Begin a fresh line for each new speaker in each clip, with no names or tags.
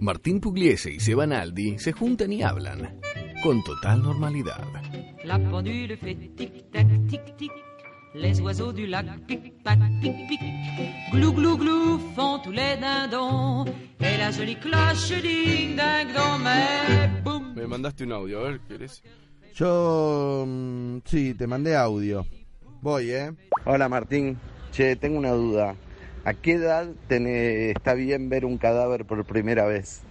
Martín Pugliese y Sebanaldi se juntan y hablan con total normalidad.
La pendule fait tic-tac, tic-tic. Les oiseaux du lac pic-pac, pic-pic. Glou-glou-glou font tous les dindons. Et la jolie cloche ding-ding-dong. Mais boum,
Me mandaste un audio, a ver, ¿querés?
Yo. mm, sí, te mandé audio. Voy, ¿eh?
Hola Martín, che, tengo una duda. ¿A qué edad tenés- está bien ver un cadáver por primera vez?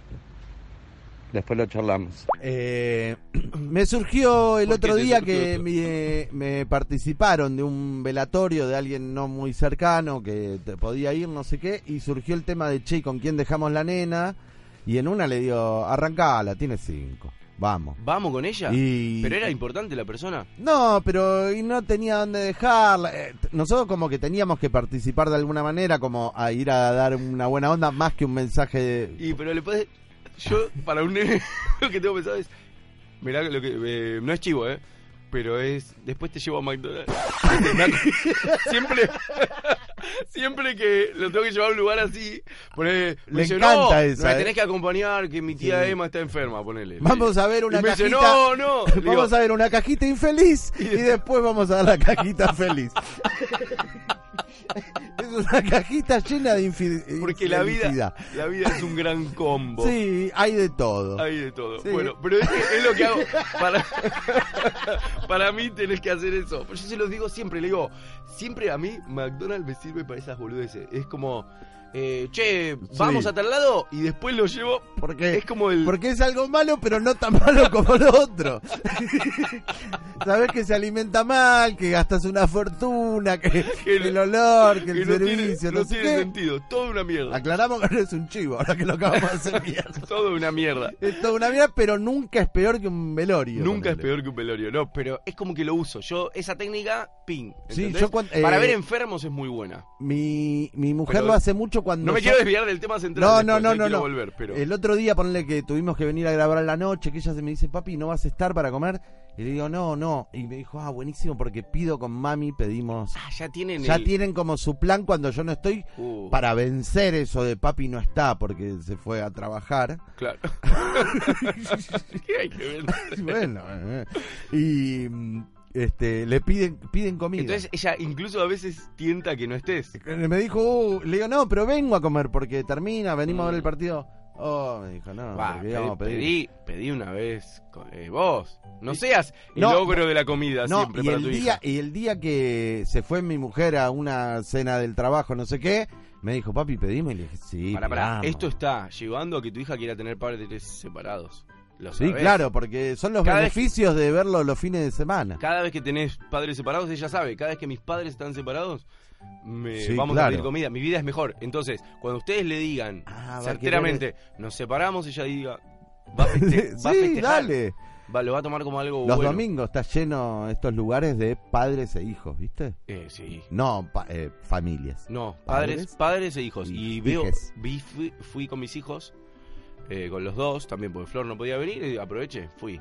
Después lo charlamos.
Eh, me surgió el
¿Por qué
otro
te
día
surgió
que
esto?
me, eh, me participaron de un velatorio de alguien no muy cercano que te podía ir, no sé qué, y surgió el tema de che, ¿con quién dejamos la nena? Y en una le dio, arrancala, tiene cinco, vamos.
¿Vamos con ella?
Y-
¿Pero era importante la persona?
No, pero y no tenía dónde dejarla. Eh, t- Nosotros como que teníamos que participar de alguna manera, como a ir a dar una buena onda más que un mensaje de-
Y pero le podés... Yo, para un nene, lo que tengo pensado es... Mirá, lo que, eh, no es chivo, ¿eh? Pero es... Después te llevo a McDonald's. Me ac- siempre... siempre que lo tengo que llevar a un lugar así... Ponele, me
Le
dice,
encanta
no,
esa,
Me
¿eh?
tenés que acompañar, que mi tía
Sí.
Emma está enferma, ponele.
Vamos a ver
Y
una
me dice,
cajita.
no, no. Le digo,
Vamos a ver una cajita infeliz y después vamos a ver la cajita feliz. es una cajita llena de infi-
Porque la vida,
infelicidad.
la vida es un gran combo.
Sí, hay de todo.
Hay de todo.
Sí.
Bueno, pero es, es lo que hago. Para, para mí tenés que hacer eso. Pero yo se los digo siempre, le digo, siempre a mí McDonald's me sirve para esas boludeces. Es como, eh, che, vamos
Sí.
a tal lado y después lo llevo.
Porque
Es como el...
Porque es algo malo, pero no tan malo como lo otro. Sabes que se alimenta mal, que gastas una fortuna, que,
Que
el
no-
olor, que
que
el
no tiene,
servicio,
no
no sé
tiene
qué.
sentido. Todo una mierda.
Aclaramos que no es un chivo, ahora que lo acabamos de hacer mierda.
Todo una mierda.
Es toda una vida, pero nunca es peor que un velorio.
Nunca es
ponele.
peor que un velorio, no, pero es como que lo uso. Yo, esa técnica, ping.
Sí,
¿entendés?
yo cuan-
Para
eh,
ver enfermos es muy buena.
Mi, mi mujer
Pero-
lo hace mucho cuando.
No, me
yo-
quiero desviar del tema central.
No,
después,
no, no,
quiero
no, no.
volver, pero.
El otro día, ponle que tuvimos que venir a grabar a la noche, que ella se me dice, papi, ¿no vas a estar para comer? Y le digo, no, no. Y me dijo, ah, buenísimo, porque pido con mami, pedimos.
Ah, ya tienen.
Ya
el-
tienen como su plan cuando yo no estoy
Uh,
para vencer eso de papi no está porque se fue a trabajar.
Claro. ¿Qué hay que ver?
Y bueno, eh, y mm, este, le piden, piden comida.
Entonces ella incluso a veces tienta que no estés.
me dijo, "Uh", le digo, no, pero vengo a comer porque termina, venimos a ver el partido. Oh, me dijo, no,
Va,
porque
pe-
vamos a pedir".
Mm. pedí, pedí una vez con eh, vos. No seas el
No,
ogro de la comida
No,
siempre
y
para
el,
tu
día,
hija.
y el día que se fue mi mujer a una cena del trabajo, no sé qué, me dijo, papi, pedimos. Y le dije, sí,
Pará, pará,
pidamos".
Esto está llevando a que tu hija quiera tener padres separados. Lo
Sí,
sabés.
claro, porque son los
Cada vez-
beneficios de verlo los fines de semana.
Cada vez que tenés padres separados, ella sabe, cada vez que mis padres están separados, me,
Sí,
vamos a
claro.
pedir comida, mi vida es mejor. Entonces, cuando ustedes le digan
Ah, va a
certeramente, nos separamos, ella diga, va a, feste- va a
sí,
festejar,
dale.
va- lo va a tomar como algo
Los
bueno.
domingos está lleno estos lugares de padres e hijos, ¿viste?
Eh, sí.
No, pa- eh, familias.
No, padres,
¿Padres?
padres e hijos. Y
Y
veo,
hijes.
vi, fui, fui con mis hijos, eh, con los dos, también porque Flor no podía venir, y aproveché, fui.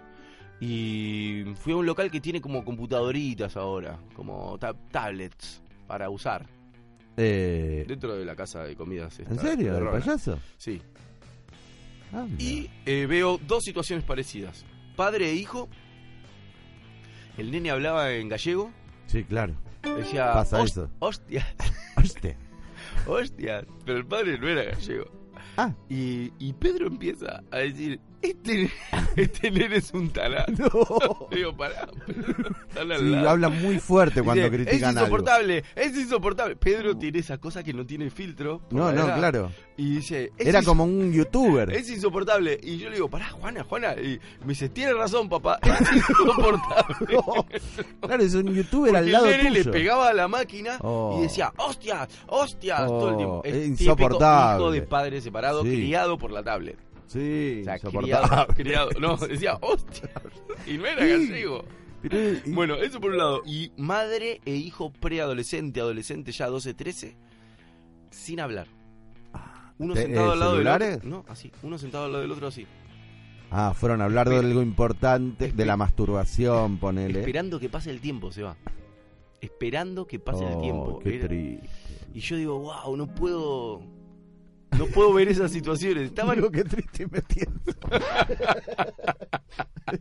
Y fui a un local que tiene como computadoritas ahora, como ta- tablets para usar.
Eh,
Dentro de la casa de comidas. esta
¿En serio?
de
¿El
Rona.
payaso?
Sí.
Ah, mira.
Y eh, veo dos situaciones parecidas. Padre e hijo. El nene hablaba en gallego.
Sí, claro.
Decía,
Pasa
"Host-
eso.
hostia,
Hostia.
hostia. Pero el padre no era gallego.
Ah.
Y, y Pedro empieza a decir, este, este nene es un talán.
No.
Digo, pará. Pedro, están al
Sí,
lado".
hablan muy fuerte cuando
Dice,
critican
Es
algo.
insoportable, es insoportable. Pedro tiene esa cosa que no tiene filtro. por
No,
la
no,
edad,
claro.
Y dice, "Es
Era
inso-
como un youtuber.
Es insoportable. Y yo le digo, pará, Juana, Juana. Y me dice, tiene razón, papá. Es insoportable.
Claro, es un youtuber
Porque
al lado
el nene le
tuyo.
pegaba a la máquina
Oh.
y decía, hostias, hostias,
Oh,
todo el tiempo. Es
es
típico
insoportable.
hijo de padre separado,
Sí.
criado por la tablet.
Sí,
O sea, criado,
insoportable.
criado. No, decía, hostias. Y no era
Sí.
gallego.
Y-
Bueno, eso por un lado. Y madre e hijo preadolescente, adolescente ya 12, 13, sin hablar. Uno
¿Te-
sentado
eh,
al lado del
celulares?
otro. No, así. Uno sentado al lado del otro así.
Ah, fueron a hablar de algo importante, de la masturbación, ponele.
Esperando que pase el tiempo se va. Esperando que pase el
Oh,
tiempo.
Qué
Era-
triste.
Y yo digo, wow, no puedo. No puedo ver esas situaciones. Estaban
Digo, Oh, qué triste y me Ah, pienso.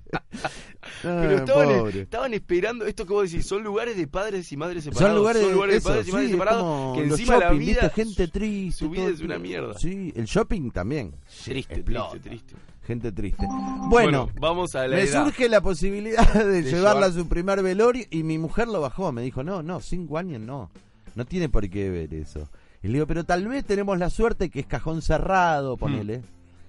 Pero estaban,
Ah, pobre.
estaban esperando, esto que vos decís, son lugares de padres y madres separados.
Son lugares,
de
eso,
padres y
sí,
madres
es
separados
como
que
los
encima la
shopping,
vida,
¿viste? gente triste.
su vida
todo-
es una mierda.
Sí, el shopping también.
Triste,
Explota.
triste, triste.
Gente triste. Bueno,
vamos a la
me
edad.
surge la posibilidad
De
de, llevarla
llevar-
a su primer velorio y mi mujer lo bajó. Me dijo, no, no, cinco años no. No tiene por qué ver eso. Y le digo, pero tal vez tenemos la suerte que es cajón
Hmm.
cerrado, ponele.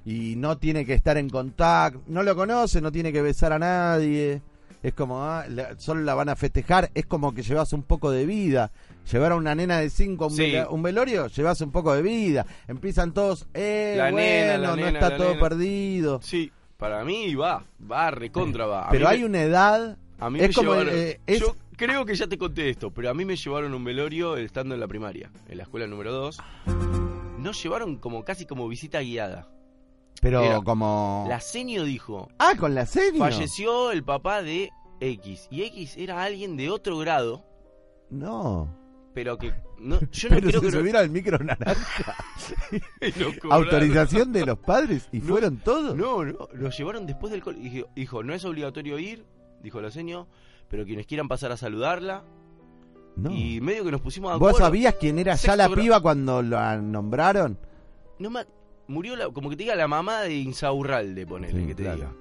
Y no tiene que estar en contacto. No lo conoce, no tiene que besar a nadie. Es como, ah, la- solo la van a festejar. Es como que llevas un poco de vida. Llevar a una nena de cinco a un,
Sí.
vela- un velorio, llevas un poco de vida. Empiezan todos, eh,
La
bueno,
nena, la
no
nena,
está
la
todo
nena.
perdido.
Sí, para mí va, va, recontra va. A
Pero
mí
hay
me-
una edad.
A mí
es
me
como.
llevaron-
eh, es-
Yo creo que ya te conté esto, pero a mí me llevaron a un velorio estando en la primaria, en la escuela número 2. Nos llevaron como casi como visita guiada.
pero
era-
como.
La senio dijo,
Ah, con la serie.
falleció el papá de X. Y X era alguien de otro grado,
No.
pero que... No, yo no
Pero
creo
se
que... no-
subiera al micro naranja.
y nos cobraron.
Autorización de los padres y
No,
fueron todos.
No, no, nos llevaron después del colegio. Dijo, dijo, no es obligatorio ir, dijo la senio, pero quienes quieran pasar a saludarla.
No.
Y medio que nos pusimos de
¿Vos
acuerdo.
sabías quién era ya
Sexto
la
grado.
piba cuando la nombraron?
No me- murió la- como que te diga la mamá de Insaurralde, ponele,
Sí,
que te
claro.
diga.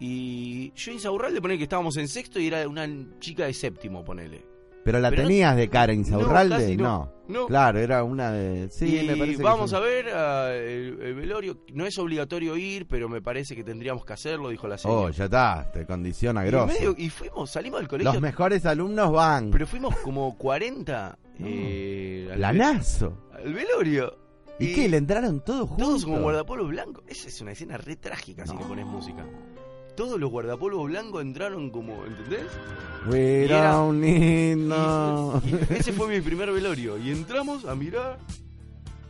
Y yo Insaurralde, ponele que estábamos en sexto y era una chica de séptimo, ponele.
Pero la
Pero no-
tenías de cara,
No,
Insaurralde.
casi
No,
no. No.
Claro, era una de. Sí,
y
me parece. que
vamos
sí.
a ver ah, el, el velorio. No es obligatorio ir, pero me parece que tendríamos que hacerlo, dijo la señora.
Oh, ya está, te condiciona
y,
grosso.
medio- y fuimos, salimos del colegio,
Los mejores alumnos van.
pero fuimos como 40 eh, al, ve-
Planazo.
al velorio.
¿Y, qué? ¿Le entraron todos juntos?
Todos como guardapolvos blancos. Esa es una escena re trágica si le pones música. Todos los guardapolvos blancos entraron como, ¿entendés?
We
Y era-
don't need no.
Y- y ese fue mi primer velorio. Y entramos a mirar,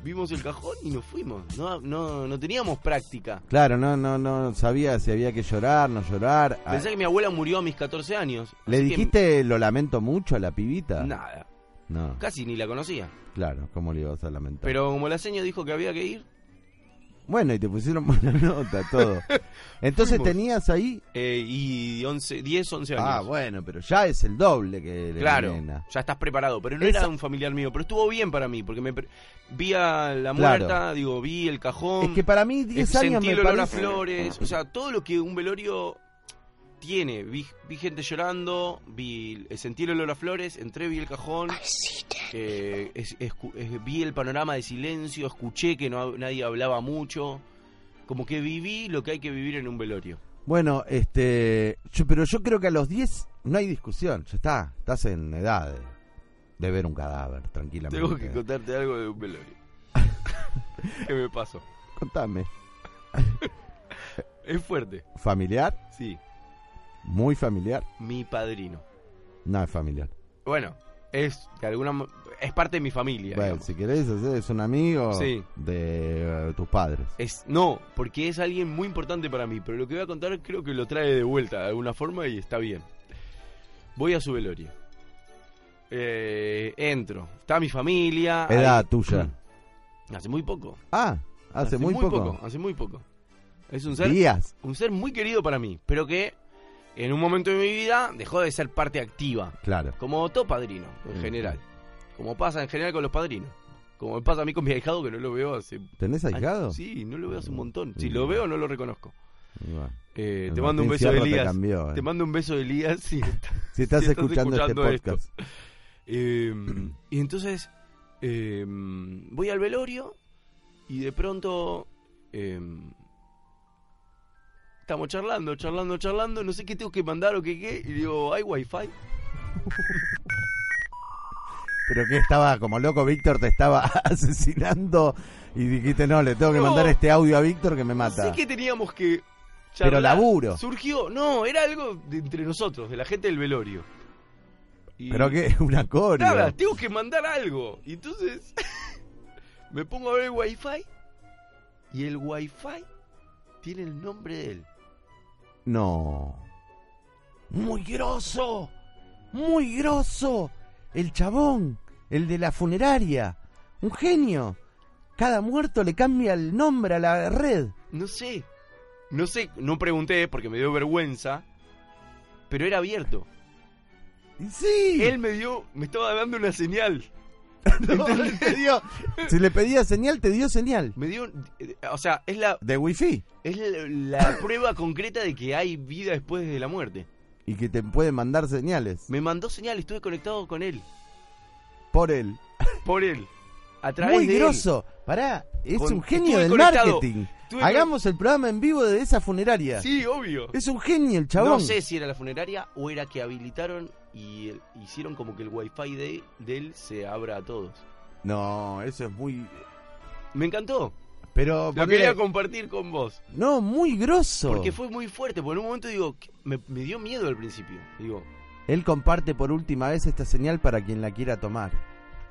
vimos el cajón y nos fuimos. No, no, no teníamos práctica.
Claro, no, no, no sabía si había que llorar, no llorar. Ah,
Pensé que mi abuela murió a mis 14 años.
¿Le
así que
dijiste lo lamento mucho a la pibita?
nada,
No,
casi ni la conocía.
claro, ¿cómo le ibas a lamentar?
Pero como la seño dijo que había que ir,
Bueno, y te pusieron buena nota, todo. Entonces
Fuimos.
tenías ahí...
eh, y 11, 10, 11 años.
Ah, bueno, pero ya es el doble que la
Claro,
nena.
ya estás preparado, pero no
Esa-
era un familiar mío, pero estuvo bien para mí, porque me pre- vi a la
Claro.
muerta, digo, vi el cajón,
Es que para mí 10
sentí
años me
el olor a
parece-
flores, o sea, todo lo que un velorio tiene, vi, vi gente llorando, vi, eh, sentí el olor a flores, entré, vi el cajón, eh, es- escu- es- vi el panorama de silencio, escuché que no, nadie hablaba mucho, como que viví lo que hay que vivir en un velorio.
Bueno, este... yo- pero yo creo que a los 10 no hay discusión, ya está. Estás en edad de, de ver un cadáver, tranquilamente.
Tengo que contarte algo de un velorio. ¿Qué me pasó?
Contame.
Es fuerte,
¿Familiar?
sí.
Muy familiar.
mi padrino.
No es familiar.
Bueno, es de alguna mo- es parte de mi familia.
Bueno,
digamos.
si querés, hacer- es un amigo
Sí.
de eh, tus padres.
Es no, porque es alguien muy importante para mí, pero lo que voy a contar creo que lo trae de vuelta de alguna forma y está bien. Voy a su velorio. Eh, entro, está mi familia.
Edad
hay-
tuya.
Hace muy poco.
Ah, hace, muy, poco.
Hace muy poco. Es un ser
Días.
un ser muy querido para mí, pero que en un momento de mi vida dejó de ser parte activa.
Claro.
Como todo padrino, en
Mm.
general. Como pasa en general con los padrinos. Como me pasa a mí con mi ahijado, que no lo veo hace...
¿Tenés ahijado?
años. Sí, no lo veo hace un montón. Si
Mm.
lo veo, no lo reconozco.
Y bueno,
Eh,
el
te mando un beso
Martín
de
Fierro te
Elías. Te,
cambió, eh.
mando un beso de Elías. Y,
si estás,
si estás
escuchando,
escuchando
este
esto.
podcast.
eh, y entonces, eh, voy al velorio y de pronto... eh, estamos charlando, charlando, charlando. No sé qué tengo que mandar o qué qué. Y digo, ¿hay wifi?
Pero que estaba como loco, Víctor te estaba asesinando y dijiste, no, le tengo que
No.
mandar este audio a Víctor que me mata.
Sí que teníamos que
Pero laburo.
Surgió, no, era algo de entre nosotros, de la gente del velorio. Y-
Pero que es una coreo.
Nada, tengo que mandar algo. Y entonces me pongo a ver el wifi y el wifi tiene el nombre de él.
No. Muy grosso. Muy grosso. El chabón. El de la funeraria. Un genio. Cada muerto le cambia el nombre a la red.
No sé. No sé, no pregunté porque me dio vergüenza. Pero era abierto.
Y Sí.
Él me dio, me estaba dando una señal.
No, te dio- si le pedía señal, te dio señal.
Me dio, eh, o sea, es la
De wifi.
es la, la prueba concreta de que hay vida después de la muerte.
Y que te puede mandar señales.
Me mandó señal, estuve conectado con él,
Por él.
por él, a través
Muy
de él.
groso. Pará, es
Con-
un genio
estuve
del
conectado.
marketing.
Estuve con-
Hagamos el programa en vivo de esa funeraria.
Sí, obvio.
Es un genio el chabón.
No sé si era la funeraria o era que habilitaron y el- hicieron como que el wifi de, de él se abra a todos.
No, eso es muy.
Me encantó.
Pero.
Lo
ponele-
quería compartir con vos.
No, muy grosso.
Porque fue muy fuerte. Porque en un momento digo, ¿qué? me, me dio miedo al principio. Digo,
Él comparte por última vez esta señal para quien la quiera tomar.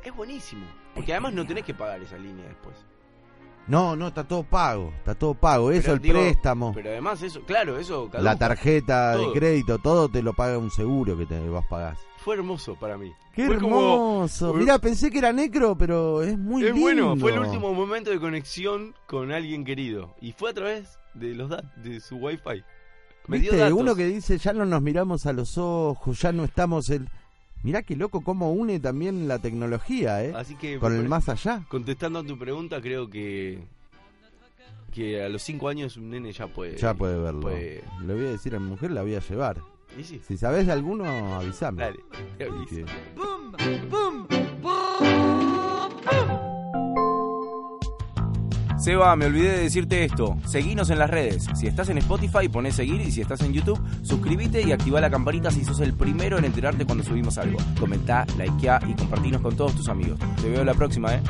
es buenísimo. Porque además no tenés que pagar esa línea después.
No, no, está todo pago. Está todo pago. Eso,
Pero,
el
digo,
préstamo,
Pero además eso, claro, eso caduca.
la tarjeta
todo.
de crédito, todo te lo paga un seguro que te vos pagás.
Fue hermoso para mí.
Qué
Fue como-
hermoso.
fue-
Mira, pensé que era necro, pero es muy
es
lindo.
bueno, fue el último momento de conexión con alguien querido. Y fue a través de los dat- de su wifi. Me dio
¿Viste?
datos.
Uno que dice, ya no nos miramos a los ojos, ya no estamos el... Mirá qué loco cómo une también la tecnología, ¿eh?
Así que
Con
me
el
pare-
más allá.
contestando a tu pregunta, creo que que a los 5 años un nene ya puede.
Ya puede verlo.
puede-
Le voy a decir a mi mujer, la voy a llevar.
Y sí,
Si sabés de alguno, avísame.
dale. te
Y
aviso.
que-
Boom, boom, boom, boom.
Seba, me olvidé de decirte esto. Seguinos en las redes. Si estás en Spotify, poné seguir y si estás en YouTube, suscríbete y activa la campanita si sos el primero en enterarte cuando subimos algo. Comentá, likea y compartinos con todos tus amigos. Te veo la próxima, ¿eh?